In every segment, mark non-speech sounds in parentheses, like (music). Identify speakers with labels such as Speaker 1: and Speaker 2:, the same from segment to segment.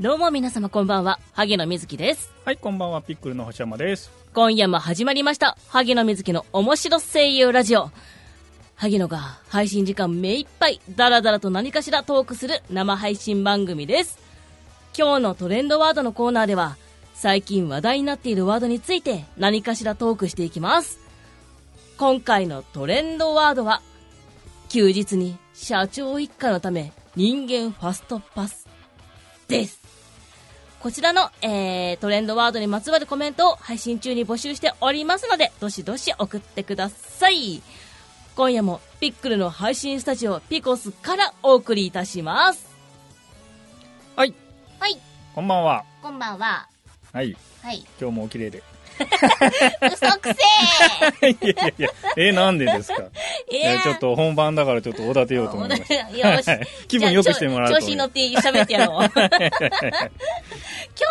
Speaker 1: どうも皆様こんばんは、萩野瑞希です。
Speaker 2: はい、こんばんは、ピックルの星山です。
Speaker 1: 今夜も始まりました、萩野瑞希の面白声優ラジオ。萩野が配信時間目いっぱい、ダラダラと何かしらトークする生配信番組です。今日のトレンドワードのコーナーでは、最近話題になっているワードについて何かしらトークしていきます。今回のトレンドワードは、休日に社長一家のため人間ファストパスです。こちらの、えー、トレンドワードにまつわるコメントを配信中に募集しておりますので、どしどし送ってください。今夜もピックルの配信スタジオピコスからお送りいたします。
Speaker 2: はい、
Speaker 3: はい、
Speaker 2: こんばんは。
Speaker 3: こんばんは。
Speaker 2: はい、
Speaker 3: はい。
Speaker 2: 今日もお綺麗で。
Speaker 3: 嘘くせ
Speaker 2: いやいやいや、えなんでですか。
Speaker 3: え
Speaker 2: えちょっと本番だからちょっとおだてようと思いまし
Speaker 3: よし。
Speaker 2: (laughs) 気分良くしてもらう
Speaker 1: じゃ
Speaker 2: と
Speaker 1: あちょ調子に乗って喋ってやろう。
Speaker 2: (laughs)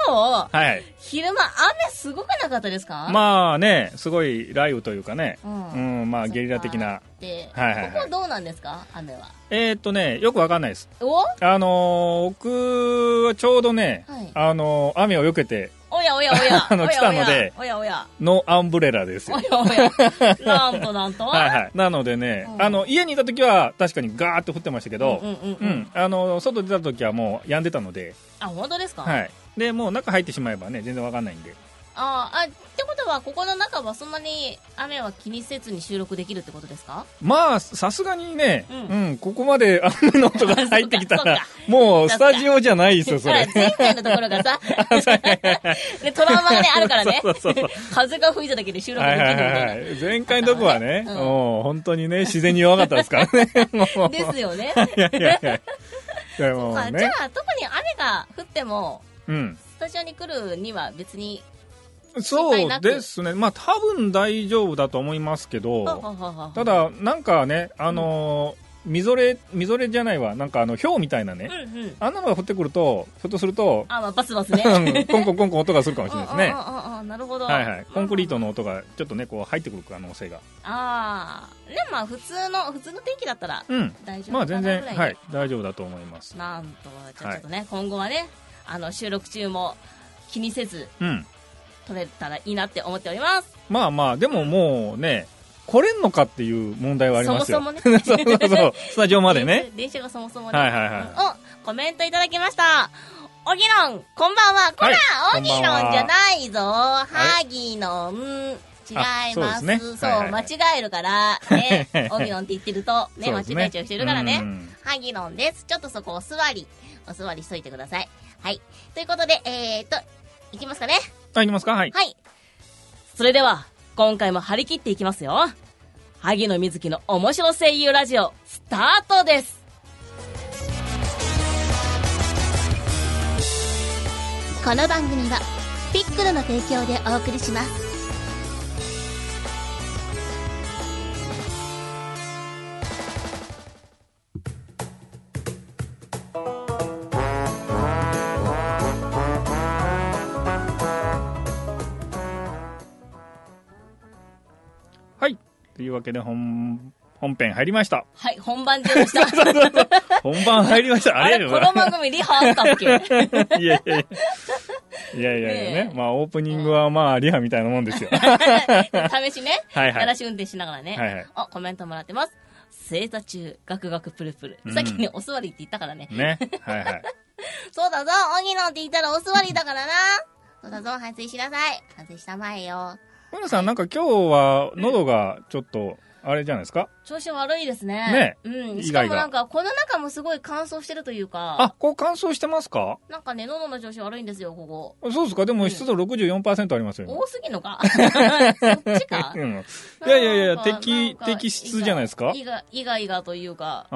Speaker 1: 今日、
Speaker 2: た。はい。
Speaker 1: 昼間雨すごくなかったですか
Speaker 2: まあね、すごい雷雨というかね、
Speaker 1: う
Speaker 2: うんん、まあゲリラ的な。。
Speaker 1: で、
Speaker 2: はいはいはい
Speaker 1: ここどうなんですか雨は。
Speaker 2: えーっとね、よくわかんないです。
Speaker 1: お
Speaker 2: あのー、僕はちょうどね、
Speaker 1: はい
Speaker 2: あのー雨を避けて
Speaker 1: おやおやおや。
Speaker 2: (laughs) あの
Speaker 1: おや
Speaker 2: 来たので
Speaker 1: おやおや。
Speaker 2: のアンブレラですよ
Speaker 1: お。やおや。なんとなんと。
Speaker 2: はいはい。なのでね、
Speaker 1: うん
Speaker 2: あの、家にいた時は確かにガーって降ってましたけど、
Speaker 1: うんうんう
Speaker 2: うん
Speaker 1: うん
Speaker 2: ん、あの外出た時はもう止んでたので、
Speaker 1: あ、本当ですか
Speaker 2: はい、でもう中入ってしまえばね全然わかんないんで
Speaker 1: あーあ、ってことは、ここの中はそんなに雨は気にせずに収録できるってことですか
Speaker 2: まあさすがにね、
Speaker 1: う
Speaker 2: うんんここまで雨
Speaker 1: (laughs)
Speaker 2: の音が入ってきた
Speaker 1: そっ
Speaker 2: ら
Speaker 1: か
Speaker 2: もうスタジオじゃないですよそ
Speaker 1: ほら
Speaker 2: れ。
Speaker 1: (laughs) 前回のところ
Speaker 2: (laughs)
Speaker 1: がさ、ね、トラウマがね、あるからね。
Speaker 2: そうそうそう
Speaker 1: 風が吹いただけで収録
Speaker 2: は
Speaker 1: でき
Speaker 2: い
Speaker 1: るみ
Speaker 2: は
Speaker 1: た
Speaker 2: い
Speaker 1: い
Speaker 2: は
Speaker 1: な。
Speaker 2: いはい、前回のとこはね、
Speaker 1: うん
Speaker 2: もう本当にね、自然に弱かったですからね、もう。
Speaker 1: ですよね。
Speaker 2: いやいやいやでも
Speaker 1: まあじゃ
Speaker 2: ね、
Speaker 1: あ、特に雨が降っても、
Speaker 2: うん、
Speaker 1: スタジオに来るには別に、配
Speaker 2: そ
Speaker 1: な
Speaker 2: う
Speaker 1: く
Speaker 2: ですね、まあ多分大丈夫だと思いますけど、
Speaker 1: はははは
Speaker 2: た、だなんかねあのーみぞれみぞれじゃないわなんかあの氷みたいなね、
Speaker 1: うんうん。
Speaker 2: あんなのが降ってくるとひょっとすると、
Speaker 1: あ、まあ、バスバスね。
Speaker 2: (laughs) うんコンコンコンコン音がするかもしれないですね
Speaker 1: ああああああなるほど。
Speaker 2: はいはいコンクリート
Speaker 1: の。
Speaker 2: の音がちょっとねこう入ってくる可能性が
Speaker 1: ああ。でもまあ、普通の、普通の天気だったら
Speaker 2: うん
Speaker 1: 大丈夫
Speaker 2: まあ全然
Speaker 1: かなぐ
Speaker 2: は
Speaker 1: らで
Speaker 2: い大丈夫だと思います
Speaker 1: なんと、じゃあ
Speaker 2: はい
Speaker 1: ちょっとね、今後はね、あの、収録中も気にせず
Speaker 2: うん
Speaker 1: 撮れたらいいなって思っております。
Speaker 2: まあまあでももうね来れんのかっていう問題はあり
Speaker 1: そ
Speaker 2: ま
Speaker 1: も
Speaker 2: すよ
Speaker 1: そもね。
Speaker 2: (laughs) そうそうそうスタジオまでね
Speaker 1: 電車。電車がそもそもね。
Speaker 2: はいはいはい
Speaker 1: お、コメントいただきました。おぎろん、こんばんは。こら、
Speaker 2: はい
Speaker 1: おぎろん
Speaker 2: こんばんは
Speaker 1: じゃないぞ。はぎのん。違いま
Speaker 2: あ
Speaker 1: す。
Speaker 2: そうですね
Speaker 1: そう、
Speaker 2: はいはいは
Speaker 1: 間
Speaker 2: い
Speaker 1: 違えるから、ね。
Speaker 2: (laughs)
Speaker 1: おぎろんって言ってると、 (laughs) ね、
Speaker 2: そう
Speaker 1: 間
Speaker 2: です
Speaker 1: 違えちゃう人いるからね。
Speaker 2: うん
Speaker 1: はぎろんです。ちょっとそこお座り、お座りしといてください。はい。ということで、えーっと、いきますかね。
Speaker 2: あいきますかはい
Speaker 1: はい。それでは、今回も張り切っていきますよ。萩野瑞希の面白声優ラジオ、スタートです。
Speaker 3: この番組は、ピックルの提供でお送りします。
Speaker 2: はいというわけで本本編入りました (laughs)
Speaker 1: はい、本番準備 (laughs) した。
Speaker 2: 本番入りましたあ
Speaker 1: あ
Speaker 2: れ
Speaker 1: れ、この番組リハあったっけ (laughs)
Speaker 2: (laughs) いやいやいや。いやいやいや
Speaker 1: ね
Speaker 2: ね
Speaker 1: え。
Speaker 2: まあ、オープニングはまあ、リハみたいなもんですよ。
Speaker 1: 試しね。
Speaker 2: はいは
Speaker 1: やら
Speaker 2: い。
Speaker 1: し運転しながらね。
Speaker 2: はいはい
Speaker 1: あ、コメントもらってます。正座中、ガクガクプルプル。
Speaker 2: うん
Speaker 1: さっきね、お座りって言ったからね。
Speaker 2: ね。はい
Speaker 1: (laughs)
Speaker 2: はい。
Speaker 3: そうだぞ、おぎのって言ったらお座りだからな。そうだぞ、反省しなさい。反省したまえよ。
Speaker 2: 村さん、なんか今日は、喉がちょっと、あれじゃないですか
Speaker 1: 調子悪いですね
Speaker 2: ね。
Speaker 1: うん。し
Speaker 2: 意
Speaker 1: か
Speaker 2: 外
Speaker 1: も
Speaker 2: が
Speaker 1: なんか、この中もすごい乾燥してるというか、
Speaker 2: あ、こう乾燥してますか
Speaker 1: なんかね、喉の調子悪いんですよ、ここ。
Speaker 2: そうですかでも湿度64%ありますよ、
Speaker 1: 多すぎんの
Speaker 2: (laughs)
Speaker 1: かそっちか
Speaker 2: 今うん。 (laughs) いやいやいや、
Speaker 1: なんか
Speaker 2: 適、
Speaker 1: なんか
Speaker 2: 適質じゃないですか
Speaker 1: 意外意外がというか、う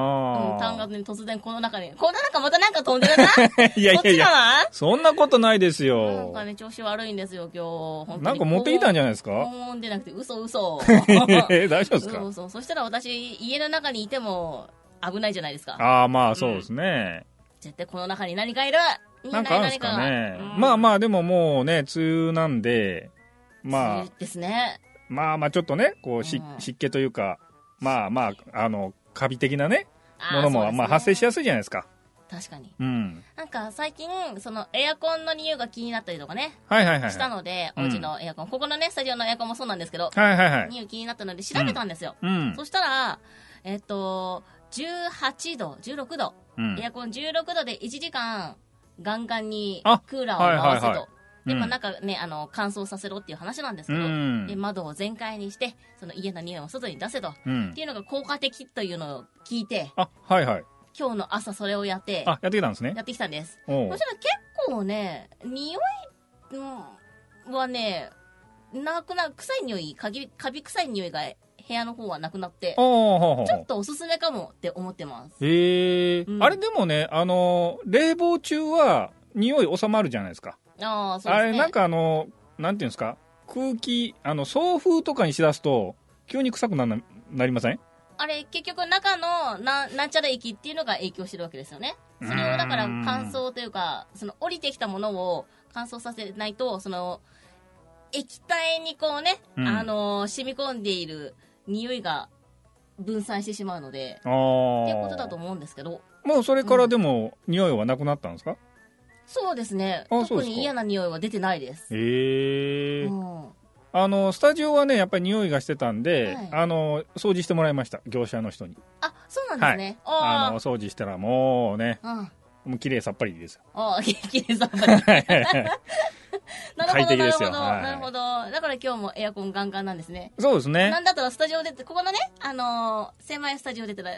Speaker 1: ん、単
Speaker 2: あ
Speaker 1: がに突然この中に、この中またなんか飛んでるなこ
Speaker 2: (laughs) あ。いやい
Speaker 1: っ
Speaker 2: や
Speaker 1: ち
Speaker 2: い
Speaker 1: だ
Speaker 2: や。
Speaker 1: わ
Speaker 2: そんなことないです
Speaker 1: なん
Speaker 2: よ
Speaker 1: か。ね、調子悪いんですよ、今日。本当に
Speaker 2: なんか持ってきたんじ
Speaker 1: ゃ
Speaker 2: ゃないですか
Speaker 1: 高温でなくて、嘘嘘。
Speaker 2: (laughs) え大丈夫です
Speaker 1: そ
Speaker 2: か
Speaker 1: うそう。そしたら私、家の中にいても危ないじゃないですか。
Speaker 2: ああ、まあそうですね。
Speaker 1: 絶対この中に何かいる
Speaker 2: なんかあるんですかね。まあ
Speaker 1: あ、
Speaker 2: まあ、でももうね、梅雨なんで、まあ
Speaker 1: そう、ですね。
Speaker 2: まあまあ、ちょっとね、こう、し
Speaker 1: うん
Speaker 2: 湿気というか、まあまあ、あの、カビ的なね、
Speaker 1: あー
Speaker 2: ものも、
Speaker 1: そうですね
Speaker 2: まあ発生しやすいじゃないですか。
Speaker 1: 確かに。
Speaker 2: うん。
Speaker 1: なんか最近、そのエアコンの理由が気になったりとかね、
Speaker 2: はいはいはいはい。
Speaker 1: したので、
Speaker 2: うん
Speaker 1: お家のエアコン、ここのね、スタジオのエアコンもそうなんですけど、
Speaker 2: はいはいはい。
Speaker 1: 理由気になったので調べたんですよ。
Speaker 2: うん。
Speaker 1: そしたら、えっと、18度、16度、
Speaker 2: うん
Speaker 1: エアコン16度で1時間、ガンガンに
Speaker 2: あ
Speaker 1: クーラーを回せと。
Speaker 2: はいはいは
Speaker 1: で、
Speaker 2: うん
Speaker 1: まあ、中ね、あの、乾燥させろっていう話なんです
Speaker 2: う
Speaker 1: けど、
Speaker 2: ん
Speaker 1: で、窓を全開にして、その家の匂いを外に出せと。っ
Speaker 2: うん
Speaker 1: て。いうのが効果的というのを聞いて、
Speaker 2: あ、はいはい。
Speaker 1: 今日の朝それをやって、
Speaker 2: あ、やってきたんですね
Speaker 1: や。ってきたんです。
Speaker 2: お
Speaker 1: そ
Speaker 2: お
Speaker 1: し。たら結構ね、匂いうんはね、なくな、臭い匂い、カビ、カビ臭い匂いが部屋の方はなくなって、
Speaker 2: おおほうほう
Speaker 1: ち
Speaker 2: ほ
Speaker 1: ょっ
Speaker 2: う。
Speaker 1: とおすすめかもって思ってます。
Speaker 2: へえ
Speaker 1: う。ん
Speaker 2: あれでもね、あの、冷房中は匂い収まるじゃないですか。
Speaker 1: ああ、そう
Speaker 2: あ
Speaker 1: です
Speaker 2: れ、
Speaker 1: ね。
Speaker 2: なんかあの、なんていうんですか、空気、あの、送風とかにしだすと、急に臭くなななりません
Speaker 1: あれ、結局中のな、なんちゃら液っていうのが影響してるわけですよね。それをだから
Speaker 2: うん
Speaker 1: 乾燥というか、その降りてきたものを乾燥させないと、その、液体にこうね、
Speaker 2: うん
Speaker 1: あのー染み込んでいる匂いが分散してしまうので、
Speaker 2: あ
Speaker 1: っていうことだと
Speaker 2: あ。
Speaker 1: 思うんですけど、
Speaker 2: もうそれからでも、匂いはなくなったんですか
Speaker 1: そうですね。
Speaker 2: あそ
Speaker 1: 特
Speaker 2: うですか
Speaker 1: に嫌な匂いは出てないです。
Speaker 2: へえ
Speaker 1: う。ん。
Speaker 2: あの、スタジオはね、やっぱり匂いがしてたんで
Speaker 1: はい、
Speaker 2: あの、掃除してもらいました。業者の人に。
Speaker 1: あ、そうなんですね。
Speaker 2: あ
Speaker 1: あ
Speaker 2: の、掃除したらもうね、
Speaker 1: あ。うん。
Speaker 2: もう綺麗さっぱりですよ。
Speaker 1: ああ、激励さんまでなる
Speaker 2: (laughs) 快
Speaker 1: ほど、
Speaker 2: 適
Speaker 1: な
Speaker 2: で
Speaker 1: る
Speaker 2: す
Speaker 1: ほど、
Speaker 2: よはい
Speaker 1: なるほど。だから今日もエアコンガンガンなんですね。
Speaker 2: そうですね
Speaker 1: な。んだったらスタジオ出て、ここのね、あのー狭いスタジオ出たら、 (laughs) な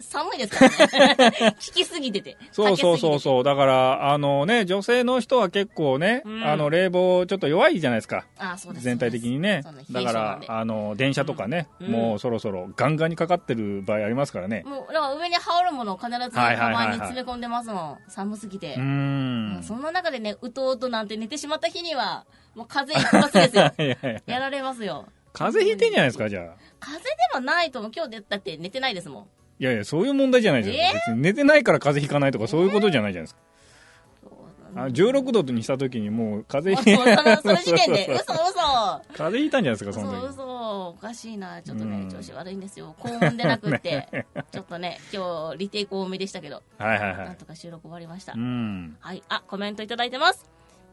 Speaker 1: 寒いですからね。 (laughs) 効きすぎてて。
Speaker 2: そうそうそう
Speaker 1: う。
Speaker 2: そう。だから、あのね、女性の人は結構ね、
Speaker 1: うん
Speaker 2: あの、冷房ちょっと弱いじゃないですか。
Speaker 1: ああ、そうです。
Speaker 2: 全体的にね
Speaker 1: そうです。
Speaker 2: だから、
Speaker 1: そうなんです
Speaker 2: あの、電車とかね、
Speaker 1: うん
Speaker 2: もうそろそろガンガンにかかってる場合ありますからね。
Speaker 1: もう、だから上に羽織るものを必ずね
Speaker 2: はい
Speaker 1: カ
Speaker 2: はいはいはい
Speaker 1: バンに詰め込んでますもん。寒すぎて。
Speaker 2: うー
Speaker 1: うん
Speaker 2: ん。。
Speaker 1: そんな中でね、うとうとなんて寝てしまった日には、もう風邪一発ですよ
Speaker 2: (laughs) (laughs) いやいやいや
Speaker 1: やられますよ。
Speaker 2: 風邪ひいてんじゃないですか、じゃあ。
Speaker 1: 風邪ではないと思う。今日で、だって寝てないですもん。
Speaker 2: いやいや、そういう問題じゃないですよ。
Speaker 1: え
Speaker 2: 別に寝てないから風邪ひかないとか、そういうことじゃないじゃないですか。あ16度にした時にもう風
Speaker 1: もう
Speaker 2: 邪ひ
Speaker 1: そ
Speaker 2: い
Speaker 1: のその時点で、
Speaker 2: (laughs) そうそ
Speaker 1: 嘘
Speaker 2: うそう
Speaker 1: 嘘
Speaker 2: 風邪ひいたんじゃないですか、そ
Speaker 1: 嘘
Speaker 2: の時。
Speaker 1: 嘘おかしいなちょっと
Speaker 2: う
Speaker 1: ね
Speaker 2: ん
Speaker 1: 調子悪いんですよ高温でなくって
Speaker 2: (laughs)
Speaker 1: ちょっとね今日リテイク多めでしたけど、
Speaker 2: はいはいは
Speaker 1: なん
Speaker 2: い。
Speaker 1: とか収録終わりました、
Speaker 2: うん。
Speaker 4: はい、あ、コメントいただいてます。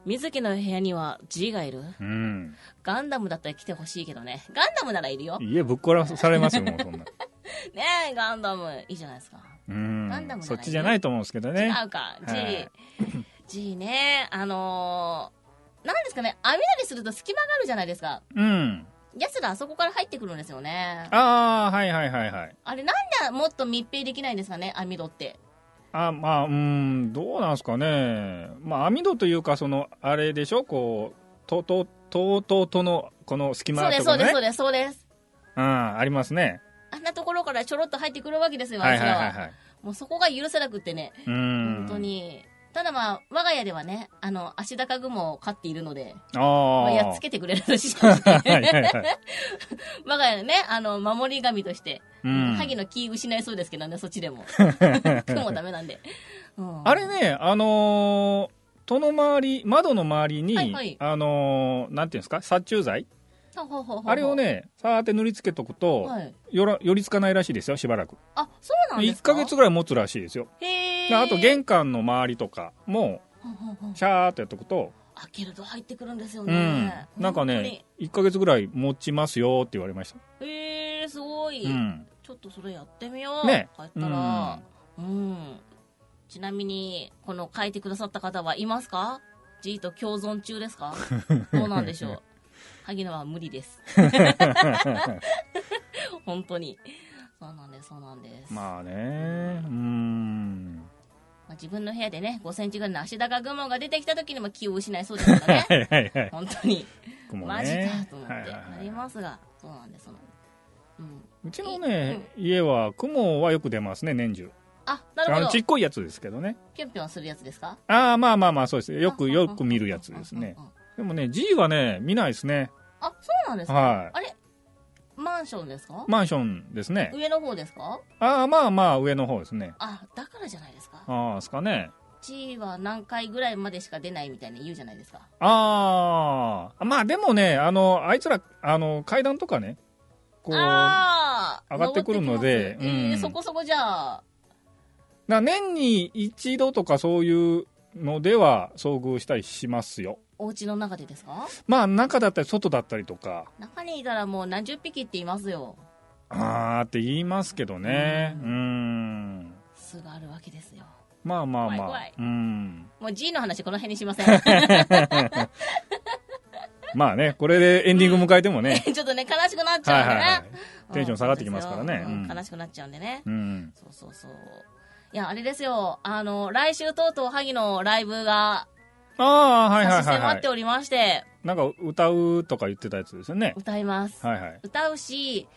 Speaker 4: 水木の部屋には G がいる
Speaker 2: うん。
Speaker 1: ガンダムだったら来てほしいけどねガンダムならいるよね
Speaker 2: 家ぶっ壊されますよ、もうそんな。
Speaker 1: えガンダムいいじゃないですか、
Speaker 2: うん
Speaker 1: ガン (laughs) ダムならいいよ
Speaker 2: そっちじゃないと思うんですけどね。
Speaker 1: 違うか G、
Speaker 2: はい
Speaker 1: G ねあのー、なんですかね網なりすると隙間があるじゃないですか
Speaker 2: うん。
Speaker 1: 奴らあそこから入ってくるんですよねあ
Speaker 2: ああ、はいはいはいはい。
Speaker 1: れなんでもっと密閉できないんですかね網戸って
Speaker 2: あまあ、うん、どうなんすかね。まあ、網戸というか、その、あれでしょ、こう、とうとう、とうとうとの、この隙
Speaker 1: そう
Speaker 2: 間
Speaker 1: です
Speaker 2: と
Speaker 1: そう
Speaker 2: か
Speaker 1: です
Speaker 2: ね
Speaker 1: そ。うですそうです
Speaker 2: うん、ありますね。
Speaker 1: あんなところからちょろっと入ってくるわけですよ、
Speaker 2: はいはいはい
Speaker 1: 私は
Speaker 2: はい。
Speaker 1: もうそこが許せなくってね、
Speaker 2: うん。
Speaker 1: 本当。に。ただまあ、我が家ではね、あの、足高雲を飼っているので、
Speaker 2: あ
Speaker 1: まあ、
Speaker 2: あ。
Speaker 1: やっつけてくれると
Speaker 2: (laughs)
Speaker 1: して、
Speaker 2: はいはいはい。
Speaker 1: 我が家のね、あの、守り神として、
Speaker 2: うん
Speaker 1: 萩の木失いそうですけどね、そっちで
Speaker 2: (laughs)
Speaker 1: も。雲ダメなんで。うん
Speaker 2: あれね、あのー戸の周り、窓の周りに、
Speaker 1: はいはい
Speaker 2: あのーなんていうんですか、殺虫剤
Speaker 1: ほうほうほうほう
Speaker 2: あれを、ね、さーって塗りつけとくと、
Speaker 1: はい。
Speaker 2: よら寄りつかないらしいですよ、しばらく。
Speaker 1: あ、そうなんで
Speaker 2: 1
Speaker 1: すか
Speaker 2: ヶ月ぐらい持つらしいですよ。
Speaker 1: へ
Speaker 2: で
Speaker 1: ー
Speaker 2: あと玄関の周りとかも、
Speaker 1: ほうほうほう
Speaker 2: シャーっとやっとくと、
Speaker 1: 開けると入ってくるんですよ
Speaker 2: う
Speaker 1: ね
Speaker 2: ん。。なんかね、1ヶ月ぐらい持ちますよって言われました。
Speaker 1: 本当に。へえ、すごい。
Speaker 2: うん。
Speaker 1: ちょっとそれやってみよう。
Speaker 2: ね
Speaker 1: 帰ったら。うん。ちなみに、この書いてくださった方はいますか ?G と共存中です
Speaker 2: (laughs)
Speaker 1: かどうなんでしょう萩野は無理です。本当に。そうなんです、そうなんです。ま
Speaker 2: まあね、うん。。
Speaker 1: あ、自分の部屋でね、5センチぐらいの足高雲が出てきた時にも気を失いそうですからね
Speaker 2: (laughs) はいはいはい。
Speaker 1: 本当に。
Speaker 2: 雲ね
Speaker 1: マジかと思っ
Speaker 2: はい
Speaker 1: て。
Speaker 2: はいはい
Speaker 1: なりますが、そうなんです、そうなんです。うん。
Speaker 2: うちのね、家は雲はよく出ますね、年中。
Speaker 1: あ、なる
Speaker 2: あ
Speaker 1: ほ
Speaker 2: の、
Speaker 1: ど。
Speaker 2: ち
Speaker 1: ぴ
Speaker 2: っこいやつですけどね。
Speaker 1: ょんぴょんするやつですか
Speaker 2: ああ、まあまあまあ、そうです。よく、
Speaker 1: あ
Speaker 2: よく見るやつですね。。でもね、G はね、見ないですね。
Speaker 1: あ、そうなんですか、
Speaker 2: は
Speaker 1: あれマンションですか
Speaker 2: い。マンションですね。
Speaker 1: 上の方ですか
Speaker 2: ああ、まあまあ、上の方ですね。
Speaker 1: あ、だからじゃないですか
Speaker 2: ああ、ですかね。
Speaker 1: ?G は何回ぐらいまでしか出ないみたいに言うじゃないですか。
Speaker 2: ああ、まあでもね、あの、あいつら、あの、階段とかね、こう、
Speaker 1: あー
Speaker 2: 上がってくるの
Speaker 1: 登っ
Speaker 2: で
Speaker 1: てきますえー
Speaker 2: うん
Speaker 1: そこそこじゃあ、
Speaker 2: な年に一度とかそういうのでは遭遇したりしますよ
Speaker 1: お家の中でですか
Speaker 2: まあ中だったり外だったりとか
Speaker 1: 中にいたらもう何十匹っていますよ
Speaker 2: あーって言いますけどねう
Speaker 1: うん
Speaker 2: ん
Speaker 1: 巣があるわけですよ
Speaker 2: まあまあま
Speaker 1: 怖
Speaker 2: あ
Speaker 1: い怖い
Speaker 2: うん
Speaker 1: もう G の話この辺にしませんち
Speaker 2: まあねこれでエンディング迎えてもね、
Speaker 1: ょっとね悲しく (laughs) なっち
Speaker 2: はい
Speaker 1: ゃうん
Speaker 2: は
Speaker 1: で
Speaker 2: い
Speaker 1: ね、
Speaker 2: は
Speaker 1: う
Speaker 2: い
Speaker 1: ん
Speaker 2: テンション下がってきますから
Speaker 1: そうで
Speaker 2: ね
Speaker 1: すよ
Speaker 2: うん
Speaker 1: うん悲しくなっちゃうんでね
Speaker 2: うん
Speaker 1: そうそうそういやあれですよあの来週とうとう萩のライブが
Speaker 2: ああはい
Speaker 1: 差
Speaker 2: はい
Speaker 1: し
Speaker 2: はい、
Speaker 1: 迫
Speaker 2: は
Speaker 1: って
Speaker 2: い、
Speaker 1: おりまして、
Speaker 2: なんか歌うとか言ってたやつですよね
Speaker 1: 歌います、
Speaker 2: はいはい
Speaker 1: 歌うし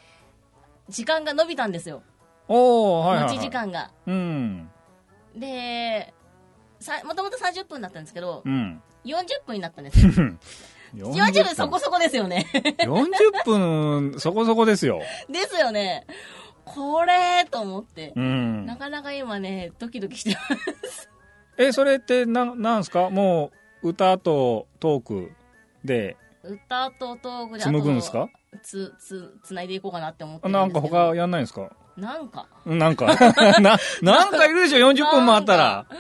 Speaker 1: 時間が延びたんですよ、
Speaker 2: おおはいはい、はい、
Speaker 1: 持ち時間が
Speaker 2: うん
Speaker 1: でさもともと30分だったんですけど
Speaker 2: う、ん
Speaker 1: 40分になったん
Speaker 2: (laughs)
Speaker 1: ですよ40
Speaker 2: 40
Speaker 1: 分そこそこですよね (laughs)
Speaker 2: 40分そこそこですよ。
Speaker 1: ですよねこれと思って
Speaker 2: う、。
Speaker 1: なんかなか今ねドキドキしてます
Speaker 2: え、それってな、なんすかもう、歌とトークで
Speaker 1: 歌とトークで
Speaker 2: 紡ぐんですか
Speaker 1: あとつつつないでいこうかなって思ってるん
Speaker 2: なん
Speaker 1: です
Speaker 2: か
Speaker 1: けど
Speaker 2: 他やんないんですか
Speaker 1: なんか
Speaker 2: なんか、 (laughs) な、なんかいるでしょ ?40 分もあったら。
Speaker 1: うん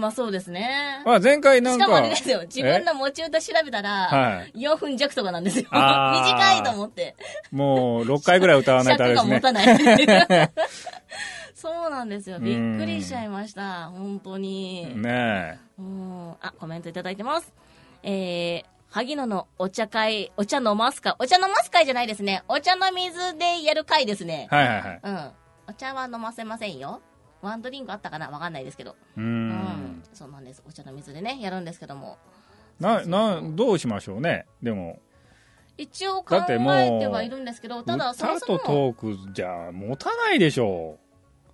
Speaker 1: まあそうですね
Speaker 2: あ、前回な
Speaker 1: し
Speaker 2: ん
Speaker 1: かもあ
Speaker 2: か
Speaker 1: れ、ですよ自分の持ち歌調べたら
Speaker 2: はい。
Speaker 1: 4分弱とかなんですよ
Speaker 2: あー
Speaker 1: 短いと思って
Speaker 2: もう、6回ぐらい歌わないとあれ
Speaker 1: 尺が
Speaker 2: です
Speaker 1: 持
Speaker 2: ね。
Speaker 1: たない。
Speaker 2: (laughs)
Speaker 1: そうなんですよ。びっくりしちゃいました。本当に。
Speaker 2: ね
Speaker 1: うん。あ、コメントいただいてます。えー、萩野のお茶会、お茶飲ますかお茶飲ます会じゃないですね。お茶の水でやる会ですね
Speaker 2: え。。はいはいはい。
Speaker 1: うん。お茶は飲ませませんよ。ワンドリンクあったかなわかんないですけど。う
Speaker 2: う。。
Speaker 1: んそうなんです。お茶の水でね、やるんですけども。
Speaker 2: な、な、どうしましょうね。でも、
Speaker 1: 一応考
Speaker 2: だってもう
Speaker 1: えてはいるんですけど、ただ、そも
Speaker 2: 歌
Speaker 1: そ
Speaker 2: と
Speaker 1: も、
Speaker 2: トークじゃ持たないでしょ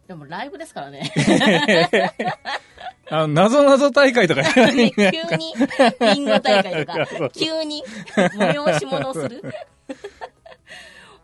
Speaker 2: う。
Speaker 1: でもライブですからね。
Speaker 2: あの、謎々大会とかや (laughs)
Speaker 1: (laughs)
Speaker 2: らない
Speaker 1: ね急に、ビンゴ大会とか、急に、催し物をする。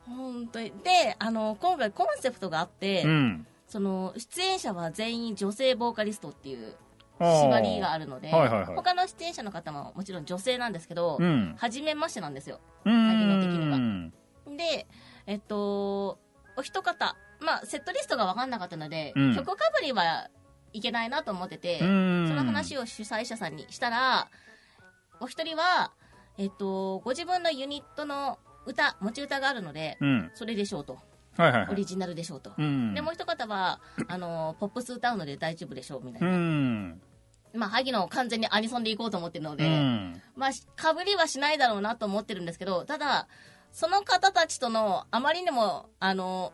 Speaker 1: 本当に。で、あの、今回コンセプトがあって、
Speaker 2: うん。
Speaker 1: その、出演者は全員女性ボーカリストっていう
Speaker 2: あー
Speaker 1: 縛りがあるので、
Speaker 2: はいはいはい
Speaker 1: 他の出演者の方ももちろん女性なんですけど、
Speaker 2: うん。
Speaker 1: 初めましてなんですよ。
Speaker 2: うん。
Speaker 1: 的にはで、えっと、お一方、まあ、セットリストが分かんなかったので、
Speaker 2: うん
Speaker 1: 曲かぶりはいけないなと思ってて、
Speaker 2: うん。
Speaker 1: その話を主催者さんにしたら、お一人は、えっと、ご自分のユニットの歌、持ち歌があるので、
Speaker 2: うん。
Speaker 1: それでしょうと。
Speaker 2: はいはいは
Speaker 1: オリ
Speaker 2: い。
Speaker 1: ジナルでしょうと。
Speaker 2: うん。
Speaker 1: で、もう一方は、あの、ポップス歌うので大丈夫でしょうみたいうな。
Speaker 2: ん。
Speaker 1: まあ、萩野を完全にアニソンでいこうと思ってるの
Speaker 2: う
Speaker 1: で、 (laughs)
Speaker 2: ん。
Speaker 1: まあ、かぶりはしないだろうなと思ってるんですけど、ただ、その方たちとの、あまりにも、あの、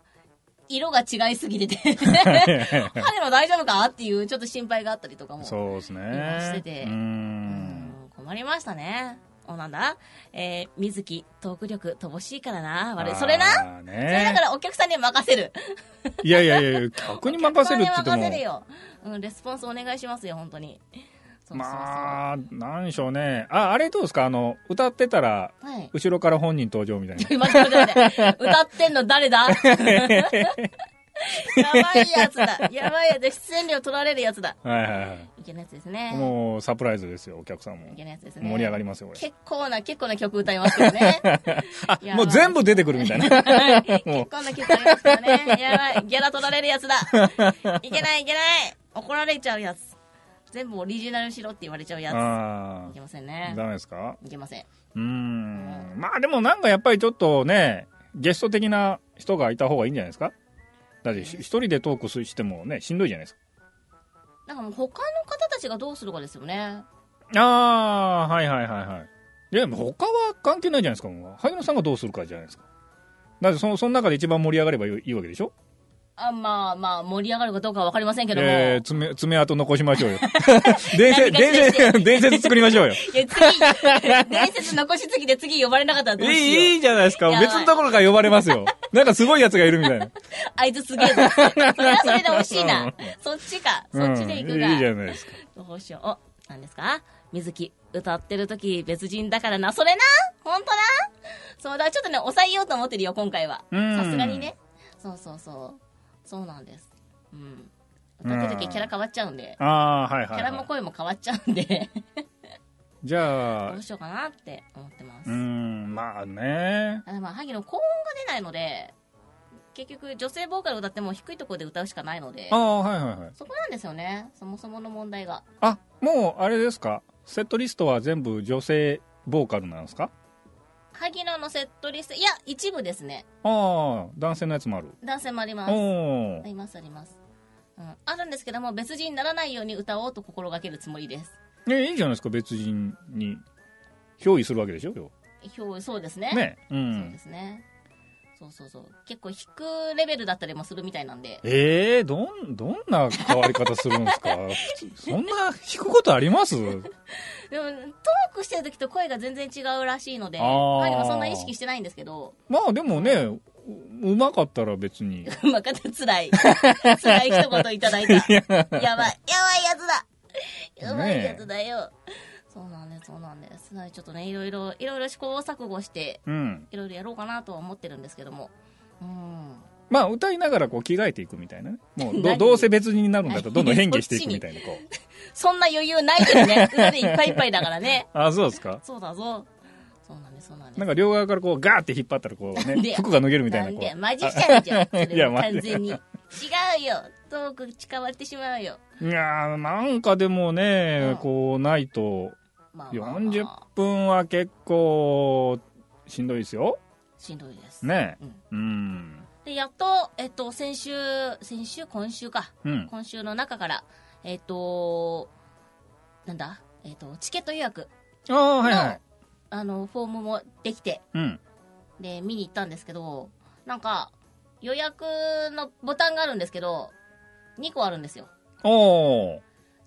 Speaker 1: 色が違いすぎて
Speaker 2: (laughs)
Speaker 1: て、萩野大丈夫かっていう、ちょっと心配があったりとかも。
Speaker 2: そうですね。
Speaker 1: 今してて
Speaker 2: う。
Speaker 1: うんん困りましたね。おなんだえー、水木、トーク力乏しいからな。悪い。それなそ
Speaker 2: あー
Speaker 1: れだか
Speaker 2: ね。
Speaker 1: らお客さんに任せる。
Speaker 2: いやいやいや、客に任せるって言って
Speaker 1: お客さんに任せる
Speaker 2: も。
Speaker 1: よ。うん、レスポンスお願いしますよ、本当に。そうそうそう。
Speaker 2: まあ、なんでしょうね。あ、あれどうですかあの、歌ってたら、
Speaker 1: はい。
Speaker 2: 後ろから本人登場みたい
Speaker 1: (laughs)
Speaker 2: な。
Speaker 1: 今、ちょっと
Speaker 2: (laughs)
Speaker 1: 待って歌ってんの誰だやばいやつだ。やばいやつだ。出演料取られるやつだ。
Speaker 2: はいはいはい
Speaker 1: けないやつですね
Speaker 2: い。。もう、サプライズですよ、お客さんも
Speaker 1: い。けないやつですね。
Speaker 2: 盛り上がりますよ、これ。
Speaker 1: 結構な、結構な曲歌いますけど
Speaker 2: (laughs)
Speaker 1: ね。いや
Speaker 2: もう全部出てくるみた
Speaker 1: (laughs)
Speaker 2: いな。も
Speaker 1: こんな結構ありますからね。やばい。ギャラ取られるやつ
Speaker 2: (laughs)
Speaker 1: だ。いけないいけない。怒られちゃうやつ。全部オリジナルしろって言われちゃう
Speaker 2: う、
Speaker 1: や
Speaker 2: あ
Speaker 1: つ。いけません
Speaker 2: あ、
Speaker 1: ね。
Speaker 2: ダメですか
Speaker 1: いけません。
Speaker 2: うーんまあでもなんかやっぱりちょっとね、ゲスト的な人がいた方がいいんじゃないですかだってひ一人でトークすしてもね、しんどいじゃないです
Speaker 1: だからもう他の方たちがどうするかですよね。
Speaker 2: か。ああ、はいはいはいはい。いや、でも他は関係ないじゃないですか。もう萩野さんがどうするかじゃないですか。だってそのその中で一番盛り上がればいいいいわけでしょ
Speaker 1: あ、まあまあ、盛り上がるかどうかはわかりませんけども。
Speaker 2: えー、爪、爪痕残しましょうよ。 (laughs) 伝説、
Speaker 1: 何かしらして
Speaker 2: (laughs) 伝説、伝説作りましょうよ。
Speaker 1: いや、次、伝説残しすぎて次呼ばれなかったら
Speaker 2: い
Speaker 1: どうしよう。
Speaker 2: い、いいじゃないですか
Speaker 1: や。ばい
Speaker 2: 別のところから呼ばれますよ。 (laughs) なんかすごい奴がいるみたいな。
Speaker 1: あいつすげえ
Speaker 2: (laughs)
Speaker 1: ぞ。それはそれで惜しいな。そっちか。そっちで行
Speaker 2: う
Speaker 1: く
Speaker 2: ん
Speaker 1: が。
Speaker 2: いいじゃないですか。
Speaker 1: どうしよう。お、何ですか水木、歌ってる時別人だからな。それな本当なそうだ、ちょっとね、抑えようと思ってるよ、今回は。
Speaker 2: うん
Speaker 1: さすがにね。そうそうそう。そうなんです。うん。歌ってる時
Speaker 2: うん
Speaker 1: キャラ変わっちゃうんで。
Speaker 2: ああ、はいはい、
Speaker 1: キ
Speaker 2: はい。
Speaker 1: ャラも声も変わっちゃうんで、
Speaker 2: じゃあ
Speaker 1: どう、しようかなって思ってま
Speaker 2: う
Speaker 1: す。
Speaker 2: ーん、まあね。
Speaker 1: ただまあ、萩野高音が出ないので、結局女性ボーカルを歌っても低いところで歌うしかないので
Speaker 2: ああ、はいはいはい。
Speaker 1: そこなんですよねそもそもの問題が
Speaker 2: あ、もうあれですかセットリストは全部女性ボーカルなんですか
Speaker 1: 萩野のセットリストいや一部ですね
Speaker 2: ああ、男性のやつもある。
Speaker 1: 男性もあります
Speaker 2: お
Speaker 1: あ
Speaker 2: お。
Speaker 1: りますあります、うん、あるんですけども別人にならないように歌おうと心がけるつもりです
Speaker 2: ねいいじゃないですか、別人に。憑依するわけでしょ、今
Speaker 1: 表そうです
Speaker 2: 日。
Speaker 1: ね
Speaker 2: ね。う
Speaker 1: そうで
Speaker 2: ん。
Speaker 1: すねそうそうそう結構引くレベルだったりもするみたいなんで
Speaker 2: ええー、どん、どんな変わり方するんですか (laughs) 普通そんな弾くことあります
Speaker 1: でもトークしてる時と声が全然違うらしいので
Speaker 2: あー
Speaker 1: 萩野はそんな意識してないんですけど
Speaker 2: まあでもね、ううまかったら別に。
Speaker 1: (laughs) まかたつら
Speaker 2: (laughs)
Speaker 1: いつらい一言いただいたやばいやばいやつだやばいやつだよ、そうなんですそうなんですなのでちょっとねいろいろいろいろ試行錯誤して
Speaker 2: うん。
Speaker 1: いろいろやろうかなとは思ってるんですけどもうん
Speaker 2: まあ歌いながらこう着替えていくみたいなね。もうど
Speaker 1: (laughs) 何
Speaker 2: どうせ別人になるんだったらどんどん変化していくみたいなこう。
Speaker 1: そんな余裕ないけどね。腕でいっぱいいっぱいだからね。
Speaker 2: あ、そうですか
Speaker 1: そうだぞ。そうなんです、そうなんです。
Speaker 2: なんか両側からこうガーって引っ張ったらこう
Speaker 1: なんで
Speaker 2: ね
Speaker 1: や、
Speaker 2: 服が脱げるみたいなこ
Speaker 1: んで、
Speaker 2: う。
Speaker 1: マジシャンじゃん。そ
Speaker 2: (laughs) い
Speaker 1: れ
Speaker 2: や
Speaker 1: は
Speaker 2: マジ
Speaker 1: 完全に。違うよ。トーク近わってしまうよ。
Speaker 2: いやーなんかでもね、
Speaker 1: うん
Speaker 2: こうないと
Speaker 1: まあまあまあ
Speaker 2: 40分は結構しんどいですよ。
Speaker 1: しんどいです。
Speaker 2: ね
Speaker 1: うん。
Speaker 2: うん。
Speaker 1: で、やっと、えっと、先週、先週、今週か。
Speaker 2: うん。
Speaker 1: 今週の中から、えっと、なんだえっと、チケット予約
Speaker 2: ああ、はいは
Speaker 1: の
Speaker 2: い。、
Speaker 1: あの、フォームもできて、
Speaker 2: うん。
Speaker 1: で、見に行ったんですけど、なんか、予約のボタンがあるんですけど、2個あるんですよ。
Speaker 2: おー。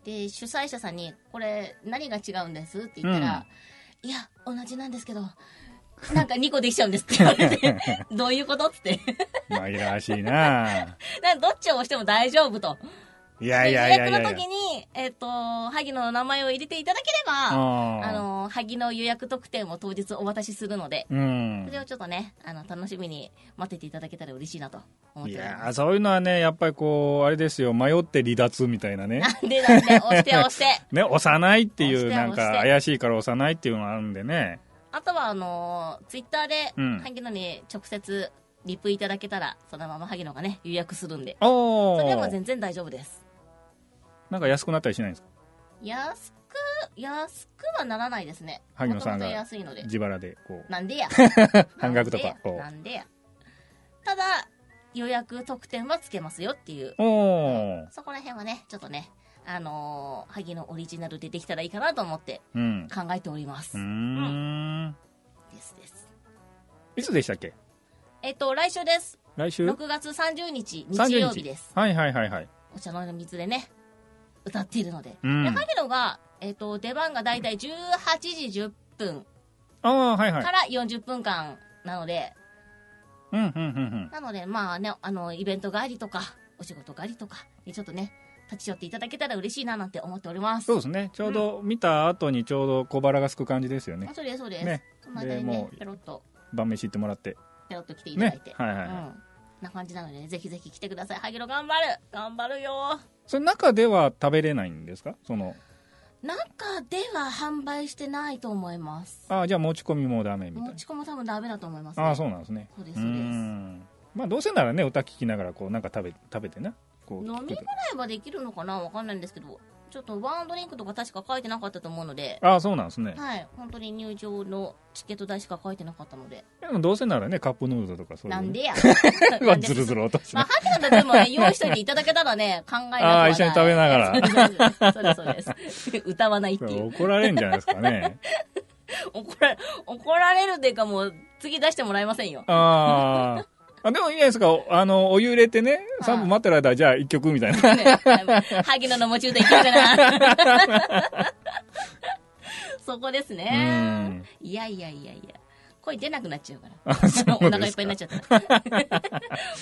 Speaker 1: で主催者さんに「これ何が違うんです?」って言ったら「いや同じなんですけどなんか2個できちゃうんです」って言われ
Speaker 2: (laughs)
Speaker 1: て「どういうこと?」って (laughs)
Speaker 2: 紛らわしいな
Speaker 1: なんどっちを押しても大丈夫と
Speaker 2: いやいやいや
Speaker 1: で
Speaker 2: いや
Speaker 1: 予
Speaker 2: いや。
Speaker 1: 約の時に、えっと萩野の名前を入れていただければ
Speaker 2: あー
Speaker 1: あの萩野予約特典を当日お渡しするので。
Speaker 2: うん
Speaker 1: そ。れをちょっとね、あの、楽しみに待ってていただけたら嬉しいなと思っ
Speaker 2: い
Speaker 1: ており
Speaker 2: や
Speaker 1: ま
Speaker 2: ーそういうのはね、やっぱりこう、あれですよ、迷って離脱みたいな
Speaker 1: (laughs)
Speaker 2: ね。
Speaker 1: す。で、なんで、押して押
Speaker 2: (laughs)
Speaker 1: して。
Speaker 2: ね、幼いってい
Speaker 1: 押し
Speaker 2: う、
Speaker 1: て
Speaker 2: なん
Speaker 1: 押
Speaker 2: か
Speaker 1: して
Speaker 2: 怪しいから幼いっていうのがあるんでね。
Speaker 1: あとは、あのツイッターで、
Speaker 2: うん
Speaker 1: 萩野に直接リプいただけたら、そのまま萩野がね、予約するんで。
Speaker 2: お
Speaker 1: それでも
Speaker 2: ー
Speaker 1: 全然大丈夫です。
Speaker 2: なんか安くなったりしないんですか
Speaker 1: 安く、安くはならないですね。
Speaker 2: 萩野さんが
Speaker 1: 元々安いので。
Speaker 2: 自腹で、こう。
Speaker 1: なんでや。
Speaker 2: (laughs) 半額とかこう
Speaker 1: なんでや。ただ、予約特典はつけますよっていう。
Speaker 2: おー
Speaker 1: そこら辺はね、ちょっとね、あのー、萩野オリジナルでできたらいいかなと思って
Speaker 2: うん。
Speaker 1: 考えております。
Speaker 2: うーん。
Speaker 1: ですです。
Speaker 2: いつでしたっけ
Speaker 1: えっと、来週です。
Speaker 2: 来週
Speaker 1: 6月30日、
Speaker 2: 30
Speaker 1: 日曜日です。
Speaker 2: はいはいはいはい。
Speaker 1: お茶の水でね、歌っているので。
Speaker 2: うん
Speaker 1: で、萩野が、えっ、と、出番がだいたい18時10分
Speaker 2: ああ、はいはい
Speaker 1: か。ら40分間なので、
Speaker 2: うんうんうん
Speaker 1: なので、まあね、あの、イベント帰りとか、お仕事帰りとか、でちょっとね、立ち寄っていただけたら嬉しいななんて思っております。
Speaker 2: そうですね。ちょうど見た後にちょうど小腹が空く感じですよね
Speaker 1: あ。そうです、そうです。
Speaker 2: ね
Speaker 1: その間に
Speaker 2: で
Speaker 1: ね
Speaker 2: も、う
Speaker 1: ペロッと、
Speaker 2: 晩飯行ってもらって。
Speaker 1: ペロッと来ていただい
Speaker 2: ね
Speaker 1: て。。
Speaker 2: はいは
Speaker 1: う
Speaker 2: いはい。
Speaker 1: ん。な感じなので、ね、ぜひぜひ来てください。萩野頑張る頑張るよ
Speaker 2: その中では食べれないんですかその、
Speaker 1: 中では販売してないと思います。
Speaker 2: ああ、じゃあ持ち込みもダメみたい
Speaker 1: 持
Speaker 2: な。
Speaker 1: ち込む多分ダメだと思います、ね。
Speaker 2: ああ、そうなんですね。
Speaker 1: そうですそうです
Speaker 2: んまあ、どうせならね、歌聴きながら、こう、なんか食べ、食べてな。こう
Speaker 1: 飲み
Speaker 2: 聞くと
Speaker 1: ぐらいはできるのかなわかんないんですけどちょっとワンドリンクとか確か書いてなかったと思うので
Speaker 2: ああ、そうなんですね。
Speaker 1: はい本当に入場のチケット代しか書いてなかったので
Speaker 2: でも、どうせならね、カップヌードルとか、そういう
Speaker 1: な
Speaker 2: ね。
Speaker 1: ん
Speaker 2: (laughs)
Speaker 1: でや
Speaker 2: わずるずる落として
Speaker 1: まあ
Speaker 2: ね。
Speaker 1: ハテナの分もね用意しといていただけたら
Speaker 2: (laughs)
Speaker 1: ね考えなくはない
Speaker 2: あー一緒に食べなが
Speaker 1: らそうですそうですそうです歌わないっていう
Speaker 2: (laughs) 怒られるんじゃないですかね。
Speaker 1: 怒ら怒られるっていうかもう次出してもらえませんよ (laughs)
Speaker 2: ああ。あ、でもいいじゃないですか。おあの、お湯入れてね、3分待ってる間、じゃあ1曲みたいな。
Speaker 1: ね萩野の夢中でいけるかな (laughs) そこですねいやいやいやいや声出なくなっちゃうからお
Speaker 2: か
Speaker 1: 腹いっぱいになっちゃった (laughs) ら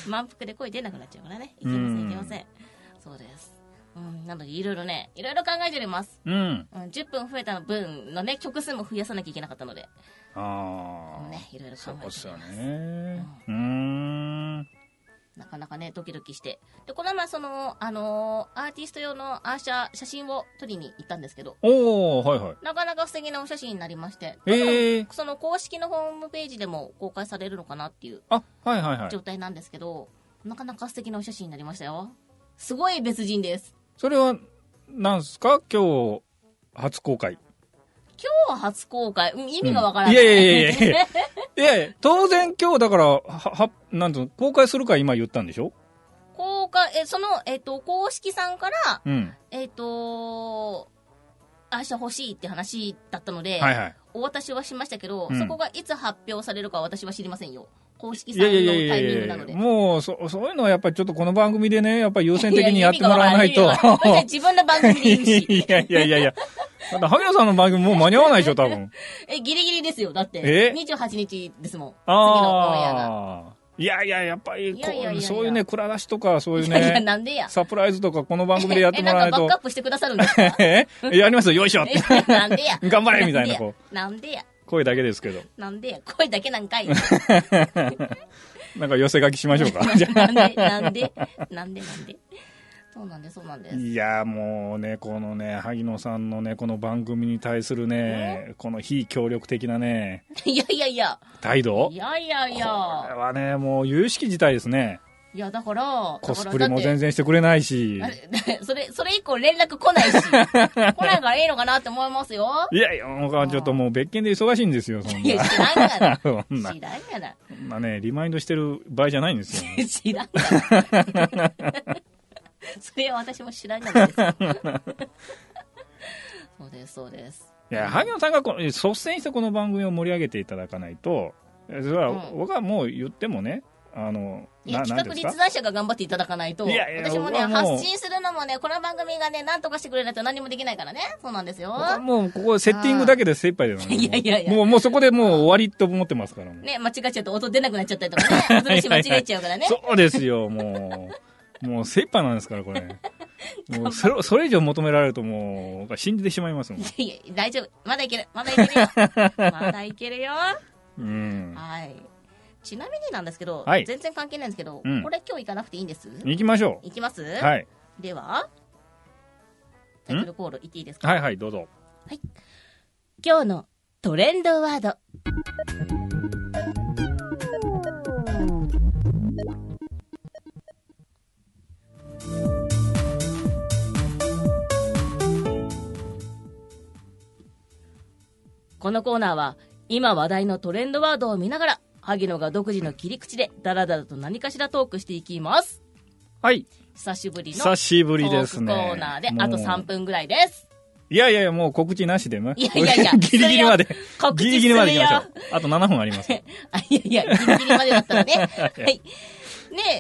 Speaker 1: 満腹で声出なくなっちゃうからねいけませ
Speaker 2: うんん
Speaker 1: いけませんそうですうんなのでいろいろねいろいろ考えております、
Speaker 2: うん。
Speaker 1: うん、10分増えた分のね曲数も増やさなきゃいけなかったので
Speaker 2: ああ。
Speaker 1: ねいろいろ考えて
Speaker 2: そう
Speaker 1: おりま
Speaker 2: ですすよね。うーん。
Speaker 1: なかなかね、ドキドキして。で、この前、その、あのーアーティスト用のアーシャ、写真を撮りに行ったんですけど、
Speaker 2: おー、はいはい。
Speaker 1: なかなか素敵なお写真になりまして、
Speaker 2: えー。
Speaker 1: その公式のホームページでも公開されるのかなっていう
Speaker 2: あ、はいはいはい
Speaker 1: 状。態なんですけど、なかなか素敵なお写真になりましたよ。すごい別人です。
Speaker 2: それは、なんすか今日、初公開。
Speaker 1: 今日初公開、うん、意味がわからない。
Speaker 2: いやいやいやいやいやいや、当然今日だから、は、は、なんと、公開するか今言ったんでしょ
Speaker 1: (laughs) 公開、え、その、えっ、と、公式さんから、
Speaker 2: うん。
Speaker 1: えっ、と、明日欲しいって話だったので、
Speaker 2: はいはい。
Speaker 1: お渡しはしましたけど、
Speaker 2: うん
Speaker 1: そこがいつ発表されるかは私は知りませんよ。公式
Speaker 2: い
Speaker 1: さんの
Speaker 2: や
Speaker 1: タ
Speaker 2: いやいや
Speaker 1: イミング
Speaker 2: い
Speaker 1: な
Speaker 2: や
Speaker 1: ので。
Speaker 2: もう、そ、そういうのはやっぱりちょっとこの番組でね、やっぱり優先的
Speaker 1: い
Speaker 2: に
Speaker 1: や
Speaker 2: やってもらわな
Speaker 1: (laughs)
Speaker 2: いと。
Speaker 1: 意味がわからない意味がわからない自分の番組で言うし。
Speaker 2: (laughs) いやいやいやいや。だって、萩野さんの番組もう間に合わないでしょ、多
Speaker 1: (laughs)
Speaker 2: 分。
Speaker 1: え、ギリギリですよ。だって
Speaker 2: え。
Speaker 1: 28日ですもん。次のオンエアが。
Speaker 2: ああ。いやいや、やっぱりこう
Speaker 1: いやいやいやいや
Speaker 2: そういうね、蔵出しとか、そういう
Speaker 1: いやいや、
Speaker 2: ね、
Speaker 1: なんでや。
Speaker 2: サプライズとか、この番組でやってもらわ
Speaker 1: え、
Speaker 2: な
Speaker 1: なんかバ
Speaker 2: い
Speaker 1: ックア
Speaker 2: と
Speaker 1: ッ、プしてくださるんですか
Speaker 2: (laughs) えやりますよ、よいしょって。
Speaker 1: えなんでや。
Speaker 2: 頑張れみたいな、こ
Speaker 1: なんでや。
Speaker 2: う、声だけですけど。
Speaker 1: なんでや。声だけなんかい。
Speaker 2: なんか寄せ書きしまし
Speaker 1: (laughs)
Speaker 2: ょうか。じゃ
Speaker 1: なんで、なんで、なんで、なんで。そうなんです、そうなんで
Speaker 2: あ
Speaker 1: す。
Speaker 2: いや、もうね、このね、萩野さんのね、この番組に対するね、この非協力的なね、
Speaker 1: (laughs) いやいやいや。
Speaker 2: 態度
Speaker 1: い。やいやい
Speaker 2: これ
Speaker 1: や。
Speaker 2: はね、もう、有識事態ですね。
Speaker 1: いや、だから、
Speaker 2: コスプレも
Speaker 1: だからだっ
Speaker 2: 全然してくれないし。
Speaker 1: てあれ (laughs) それ、それ以降連絡来ないし、
Speaker 2: (laughs)
Speaker 1: 来ないからいいのかなって思いますよ。
Speaker 2: いやいや、僕はちょっともう別件で忙しいんですよ、そん
Speaker 1: いや、知らんがな
Speaker 2: (laughs) な。。そんな
Speaker 1: 知らんがな。
Speaker 2: そんなね、リマインドしてる場合じゃないんですよ。
Speaker 1: 知らんがな。 (laughs) それは私も知らんがなです。そうです、そうです。
Speaker 2: いや、萩野さんがこの率先してこの番組を盛り上げていただかないと、それは
Speaker 1: うん
Speaker 2: 僕はもう言ってもね、あの、
Speaker 1: いや、
Speaker 2: な
Speaker 1: 企画立案者が頑張っていただかないと、
Speaker 2: いやいや
Speaker 1: 私もね、
Speaker 2: 僕はもう
Speaker 1: 発信するのもね、この番組がね、なんとかしてくれないと何もできないからね。そうなんですよ。
Speaker 2: 僕はもうここセッティングだけで精一杯だよね。
Speaker 1: (laughs) いやいやいや
Speaker 2: もう、もうそこでもう終わりって思ってますからもう
Speaker 1: ね、間違っちゃうと音出なくなっちゃったりと
Speaker 2: (laughs)
Speaker 1: かね。音出し間違えちゃうからね。
Speaker 2: そうですよ、もう。もう精一杯なんですか
Speaker 1: (laughs)
Speaker 2: ら、これ。もうそれ、それ以上求められるともう、僕は信じてしまいますもん。
Speaker 1: いやいや大丈夫。まだいける。まだいける
Speaker 2: (laughs)
Speaker 1: よ。まだいけるよ。
Speaker 2: うん。
Speaker 1: はい。ちなみになんですけど、
Speaker 2: はい
Speaker 1: 全然関係ないんですけど、
Speaker 2: うん
Speaker 1: これ今日行かなくていいんです
Speaker 2: 行きましょ
Speaker 1: 行きます、
Speaker 2: う。はい。
Speaker 1: では、タイトルコール行っていいですか
Speaker 2: はいはい、どうぞ。
Speaker 1: 今日のトレンドワード。
Speaker 4: このコーナーは今話題のトレンドワードを見ながら萩野が独自の切り口でダラダラと何かしらトークしていきます
Speaker 2: はい。
Speaker 1: 久しぶりのト
Speaker 2: 久しぶり
Speaker 1: ー
Speaker 2: です
Speaker 1: ク
Speaker 2: ね。
Speaker 1: コーナーで、
Speaker 2: もう
Speaker 1: あと3分ぐらいです。
Speaker 2: いやいやいや、もう告知なしでね。
Speaker 1: いやいやいや
Speaker 2: (laughs) ギリギリまで。
Speaker 1: 告知
Speaker 2: ギ
Speaker 1: するよ
Speaker 2: リギリまで行きましょう。あと7分あります。
Speaker 1: あいやいや、ギリギリまでだったら
Speaker 2: (laughs)
Speaker 1: ね。はい。ね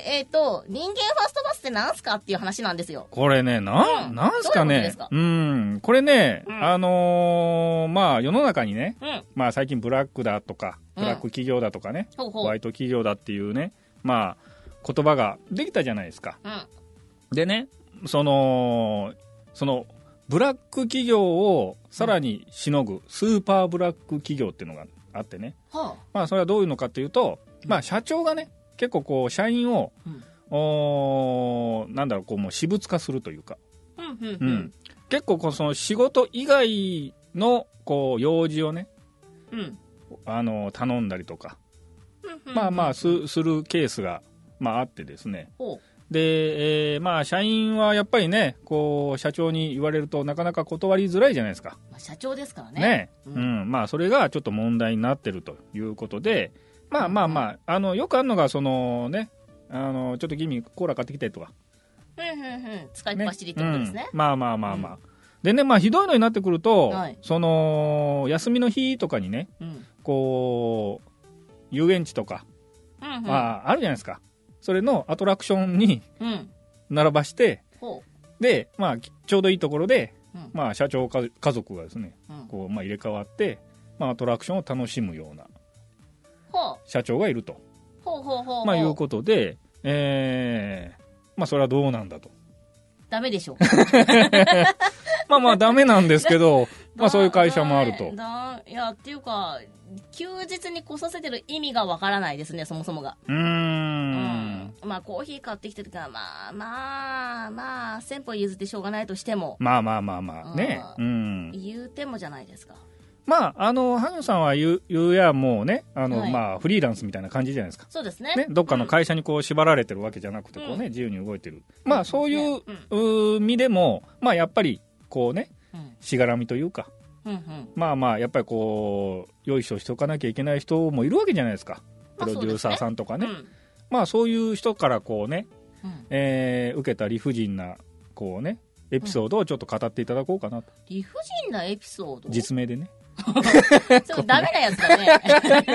Speaker 1: え、えっ、と、人間ファーストバスってなんすかっていう話なんですよ。
Speaker 2: これね、な
Speaker 1: うん
Speaker 2: ん、なんすか
Speaker 1: どういうことで
Speaker 2: ね
Speaker 1: すか。
Speaker 2: うん。これね、
Speaker 1: うん
Speaker 2: あのーまあ世の中にね、
Speaker 1: うん。
Speaker 2: まあ最近ブラックだとか、
Speaker 1: うん
Speaker 2: ブラック企業だとかね、
Speaker 1: ほう
Speaker 2: ホ
Speaker 1: ほ
Speaker 2: ワ
Speaker 1: う。
Speaker 2: イト企業だっていうね、まあ言葉ができたじゃないですか。
Speaker 1: うん。
Speaker 2: でね、その、その、ブラック企業をさらにしのぐスーパーブラック企業っていうのがあってね。
Speaker 1: は
Speaker 2: まあ、それはどういうのかというと、まあ、社長がね、結構こう、社員を、
Speaker 1: うん
Speaker 2: おーなんだろう、こう、もう私物化するというか、
Speaker 1: あ。うん、うん、
Speaker 2: う
Speaker 1: うんん。
Speaker 2: 結構こう、その仕事以外の、こう、用事をね、
Speaker 1: うん。
Speaker 2: あの頼んだりとか、
Speaker 1: うん
Speaker 2: まあまあ
Speaker 1: うん
Speaker 2: す、するケースが、まあ、あってですね。
Speaker 1: ほう。
Speaker 2: で、えーまあ、社員はやっぱりね、こう、社長に言われるとなかなか断りづらいじゃないですか。
Speaker 1: まあ、社長ですからね。
Speaker 2: ね
Speaker 1: う
Speaker 2: うんんまあそれがちょっと問題になってるということでまあまあまああのよくあるのがそのねあのちょっと君コーラ買ってきてとか、
Speaker 1: うん、うん、うん。使いっ
Speaker 2: ね
Speaker 1: 走りってことですね。
Speaker 2: うんまあまあまあまあ、でねまあひどいのになってくると、
Speaker 1: はい
Speaker 2: その休みの日とかにね
Speaker 1: うん。
Speaker 2: こう遊園地とか、
Speaker 1: うん、うん。
Speaker 2: まああるじゃないですかそれのアトラクションに
Speaker 1: うん。
Speaker 2: 並ばして
Speaker 1: ほ
Speaker 2: でまあきちょうどいいところで、
Speaker 1: うん
Speaker 2: まあ社長か家族がですね
Speaker 1: う。うん。
Speaker 2: こう、まあ、入れ替わって、まあ、アトラクションを楽しむような
Speaker 1: ほう。
Speaker 2: 社長がいると。
Speaker 1: ほうほうほう。
Speaker 2: まあ、いうことで、えーまあ、それはどうなんだと。
Speaker 1: ダメでしょ。
Speaker 2: まあまあ、ダメなんです
Speaker 1: (laughs)
Speaker 2: けど、 (laughs) まあ、そういう会社もあると。
Speaker 1: だいや、っていうか、休日に来させてる意味がわからないですね、そもそもが。
Speaker 2: うー。
Speaker 1: うんまあコーヒー買ってきた時はまあまあまあ先歩譲ってしょうがないとしても
Speaker 2: まあまあまあまあね
Speaker 1: う
Speaker 2: うん
Speaker 1: 言うてもじゃないですか
Speaker 2: まああの萩野さんは言う言うやもうねあの、
Speaker 1: はい
Speaker 2: まあフリーランスみたいな感じじゃないですか
Speaker 1: そうですね
Speaker 2: ね、どっかの会社にこう縛られてるわけじゃなくて、
Speaker 1: うん
Speaker 2: こうね、自由に動いてる。まあ、そういう
Speaker 1: うん
Speaker 2: うー身でも、まあ、やっぱり、こうね、
Speaker 1: うん
Speaker 2: しがらみというか、
Speaker 1: うんうん
Speaker 2: まあまあ、やっぱりこう、よいしょしておかなきゃいけない人もいるわけじゃないですか。
Speaker 1: ま
Speaker 2: プ
Speaker 1: あ
Speaker 2: ロデューサーさんとか
Speaker 1: うんう
Speaker 2: ね。
Speaker 1: ん
Speaker 2: まあ、そういう人からこうね、
Speaker 1: うん
Speaker 2: えー受けた理不尽な、こうね、エピソードをちょっと語っていただこうかなと。
Speaker 1: 理不尽なエピソード
Speaker 2: 実名でね。
Speaker 1: それダメなやつだ
Speaker 2: (laughs)
Speaker 1: ね
Speaker 2: いやい
Speaker 1: だか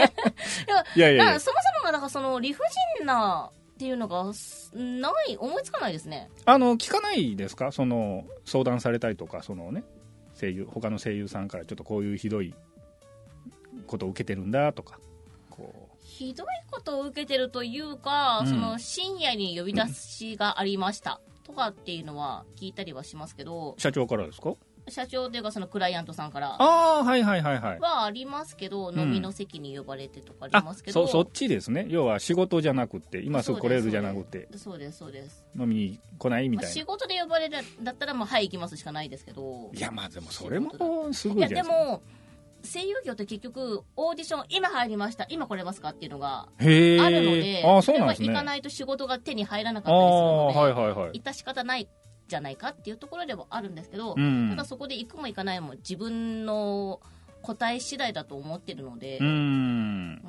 Speaker 2: やい
Speaker 1: ら
Speaker 2: や。
Speaker 1: (laughs) そもそもがだからその理不尽なっていうのがすない思いつかないですね
Speaker 2: あの、聞かないですかその、相談されたりとか、そのね、声優、他の声優さんからちょっとこういうひどいことを受けてるんだとか、こ
Speaker 1: ひどいことを受けてるというか、
Speaker 2: うん
Speaker 1: その深夜に呼び出しがありましたとかっていうのは聞いたりはしますけど
Speaker 2: う、社長からですか
Speaker 1: 社長というかそのクライアントさんから
Speaker 2: ああ、はいはいはいはい。
Speaker 1: はありますけど、
Speaker 2: ん
Speaker 1: 飲みの席に呼ばれてとかあり
Speaker 2: あ
Speaker 1: ますけど、
Speaker 2: そそっちですね要は仕事じゃなくって今すぐ来れるじゃなくて
Speaker 1: そうですそうです、
Speaker 2: 飲みに来ないみ
Speaker 1: まあ、
Speaker 2: たいな、
Speaker 1: 仕事で呼ばれるんだったらもうはい行きますしかないですけど
Speaker 2: いやまあでもそれもこうす
Speaker 1: い
Speaker 2: ごい
Speaker 1: や
Speaker 2: じゃな
Speaker 1: で
Speaker 2: いですか
Speaker 1: も声優業って結局オーディション今入りました今来れますかっていうのが
Speaker 2: へえ
Speaker 1: あるので、
Speaker 2: あーそうなんです
Speaker 1: れは行
Speaker 2: ね
Speaker 1: か
Speaker 2: あ
Speaker 1: ないと仕事が手に入らなか
Speaker 2: あー
Speaker 1: ったりするので、
Speaker 2: はいはいはい
Speaker 1: 致し方ないじゃないかっていうところではあるんですけど、
Speaker 2: うん
Speaker 1: ただそこで行くも行かないも自分の答え次第だと思ってるので、
Speaker 2: うーん
Speaker 1: うん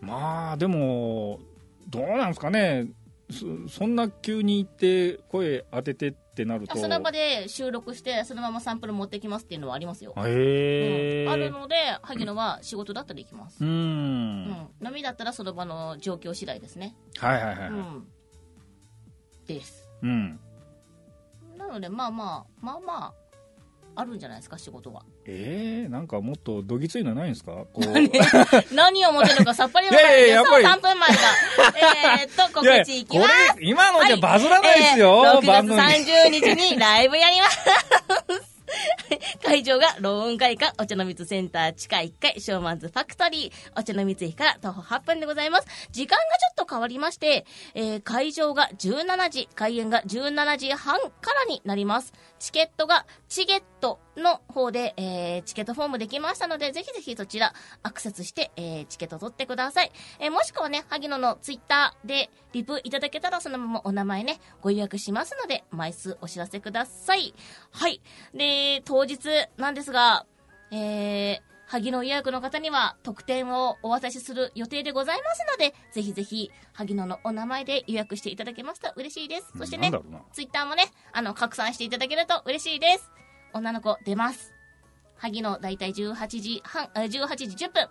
Speaker 2: まあでもどうなんですかねそそんな急に行って声当ててってなると
Speaker 1: その場で収録してそのままサンプル持ってきますっていうのはありますよ、
Speaker 2: へえ
Speaker 1: うんある
Speaker 2: う
Speaker 1: ので萩野は仕事だったら行きます、
Speaker 2: ーん
Speaker 1: うん飲みだったらその場の状況次第ですね、
Speaker 2: はいはいはい、
Speaker 1: う
Speaker 2: うん
Speaker 1: ん、ですなのでまあまあまあまああるんじゃないですか仕事は
Speaker 2: (laughs) ええなんかもっとどぎついのないんですかこう
Speaker 1: 何を持ってるのかさっぱりわからない
Speaker 2: いや
Speaker 1: け
Speaker 2: いやや
Speaker 1: ど
Speaker 2: っぱり
Speaker 1: 3分前だえーっと告
Speaker 2: (laughs) いやいや
Speaker 1: 知いきます
Speaker 2: これ、今のじゃバズらないですよ、
Speaker 1: えー6
Speaker 2: 番
Speaker 1: 月
Speaker 2: 組。
Speaker 1: 30日にライブやります。 (laughs) 会場がローン会館お茶の水センター地下1階ショーマンズファクトリーお茶の水駅から徒歩8分でございます時間がちょっと変わりまして、えー会場が17時開演が17時半からになりますチケットがチゲットの方で、えーチケットフォームできましたのでぜひぜひそちらアクセスして、えーチケット取ってください、えーもしくはね萩野のツイッターでリプいただけたらそのままお名前ねご予約しますので枚数お知らせくださいはいで当日なんですがえー、萩野予約の方には特典をお渡しする予定でございますので、ぜひぜひ、萩野のお名前で予約していただけますと嬉しいです。そして
Speaker 2: な
Speaker 1: ね
Speaker 2: んだ、ろうな。
Speaker 1: ツイッターもね、あの、拡散していただけると嬉しいです。女の子出ます。萩野だいたい18時半、あ18時10分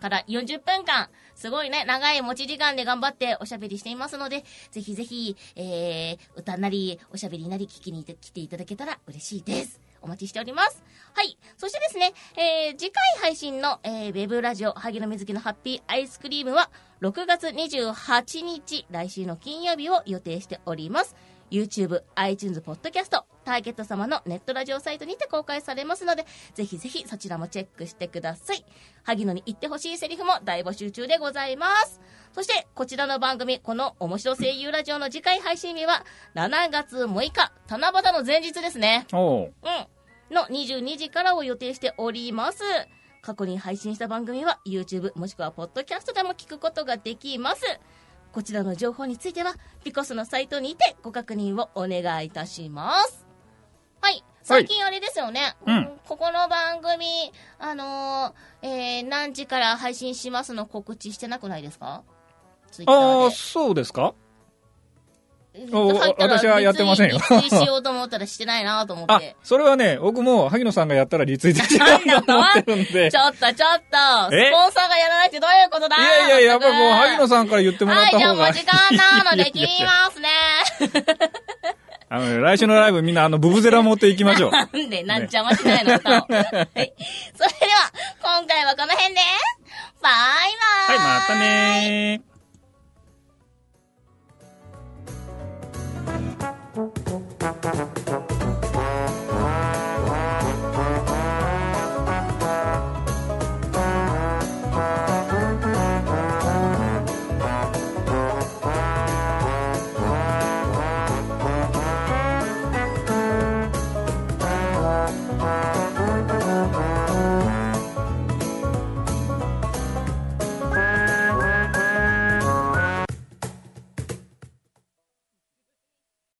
Speaker 1: から40分間、すごいね、長い持ち時間で頑張っておしゃべりしていますので、ぜひぜひ、えー、歌なり、おしゃべりなり聞きに来ていただけたら嬉しいです。お待ちしております。はい。そしてですね、えー、次回配信の、えー、ウェブラジオ、萩野瑞希のハッピーアイスクリームは、6月28日、来週の金曜日を予定しております。YouTube、iTunes、Podcast、ターゲット様のネットラジオサイトにて公開されますので、ぜひぜひそちらもチェックしてください。萩野に言ってほしいセリフも大募集中でございます。そして、こちらの番組、この面白声優ラジオの次回配信日は、7月6日、七夕の前日ですね。
Speaker 2: おう
Speaker 1: うん。の22時からを予定しております。過去に配信した番組は YouTube もしくは Podcast でも聞くことができます。こちらの情報については、ピコスのサイトにてご確認をお願いいたします。はい。最近あれですよね。
Speaker 2: うん
Speaker 1: ここの番組、あのーえー何時から配信しますの告知してなくないですかツイッタ
Speaker 2: あ
Speaker 1: ー
Speaker 2: あ、
Speaker 1: で
Speaker 2: そうですか
Speaker 1: えっ
Speaker 2: お
Speaker 1: と。入ったら
Speaker 2: 私はやってませんよ
Speaker 1: リツイリツイしようと思ったらしてないなと思っ
Speaker 2: あ
Speaker 1: て、。
Speaker 2: それはね、僕も萩野さんがやったらリツイートしようと思ってるんで。
Speaker 1: ちょっとちょっと、
Speaker 2: え
Speaker 1: スポンサーがやらないってどういうことだ
Speaker 2: いやいや、やっぱりもう萩野
Speaker 1: さ
Speaker 2: さんから言ってもらっ
Speaker 1: は
Speaker 2: た
Speaker 1: い、じゃあ
Speaker 2: 方
Speaker 1: もう
Speaker 2: が。
Speaker 1: 時間なので切り
Speaker 2: いやいやいや
Speaker 1: ますね。
Speaker 2: あのね、来週のライブみんなあの、ブブゼラ持っていきましょう。
Speaker 1: なんで、なん邪魔しないの、歌を。はい。それでは、今回はこの辺で、バイバーイ。
Speaker 2: はい、またねー。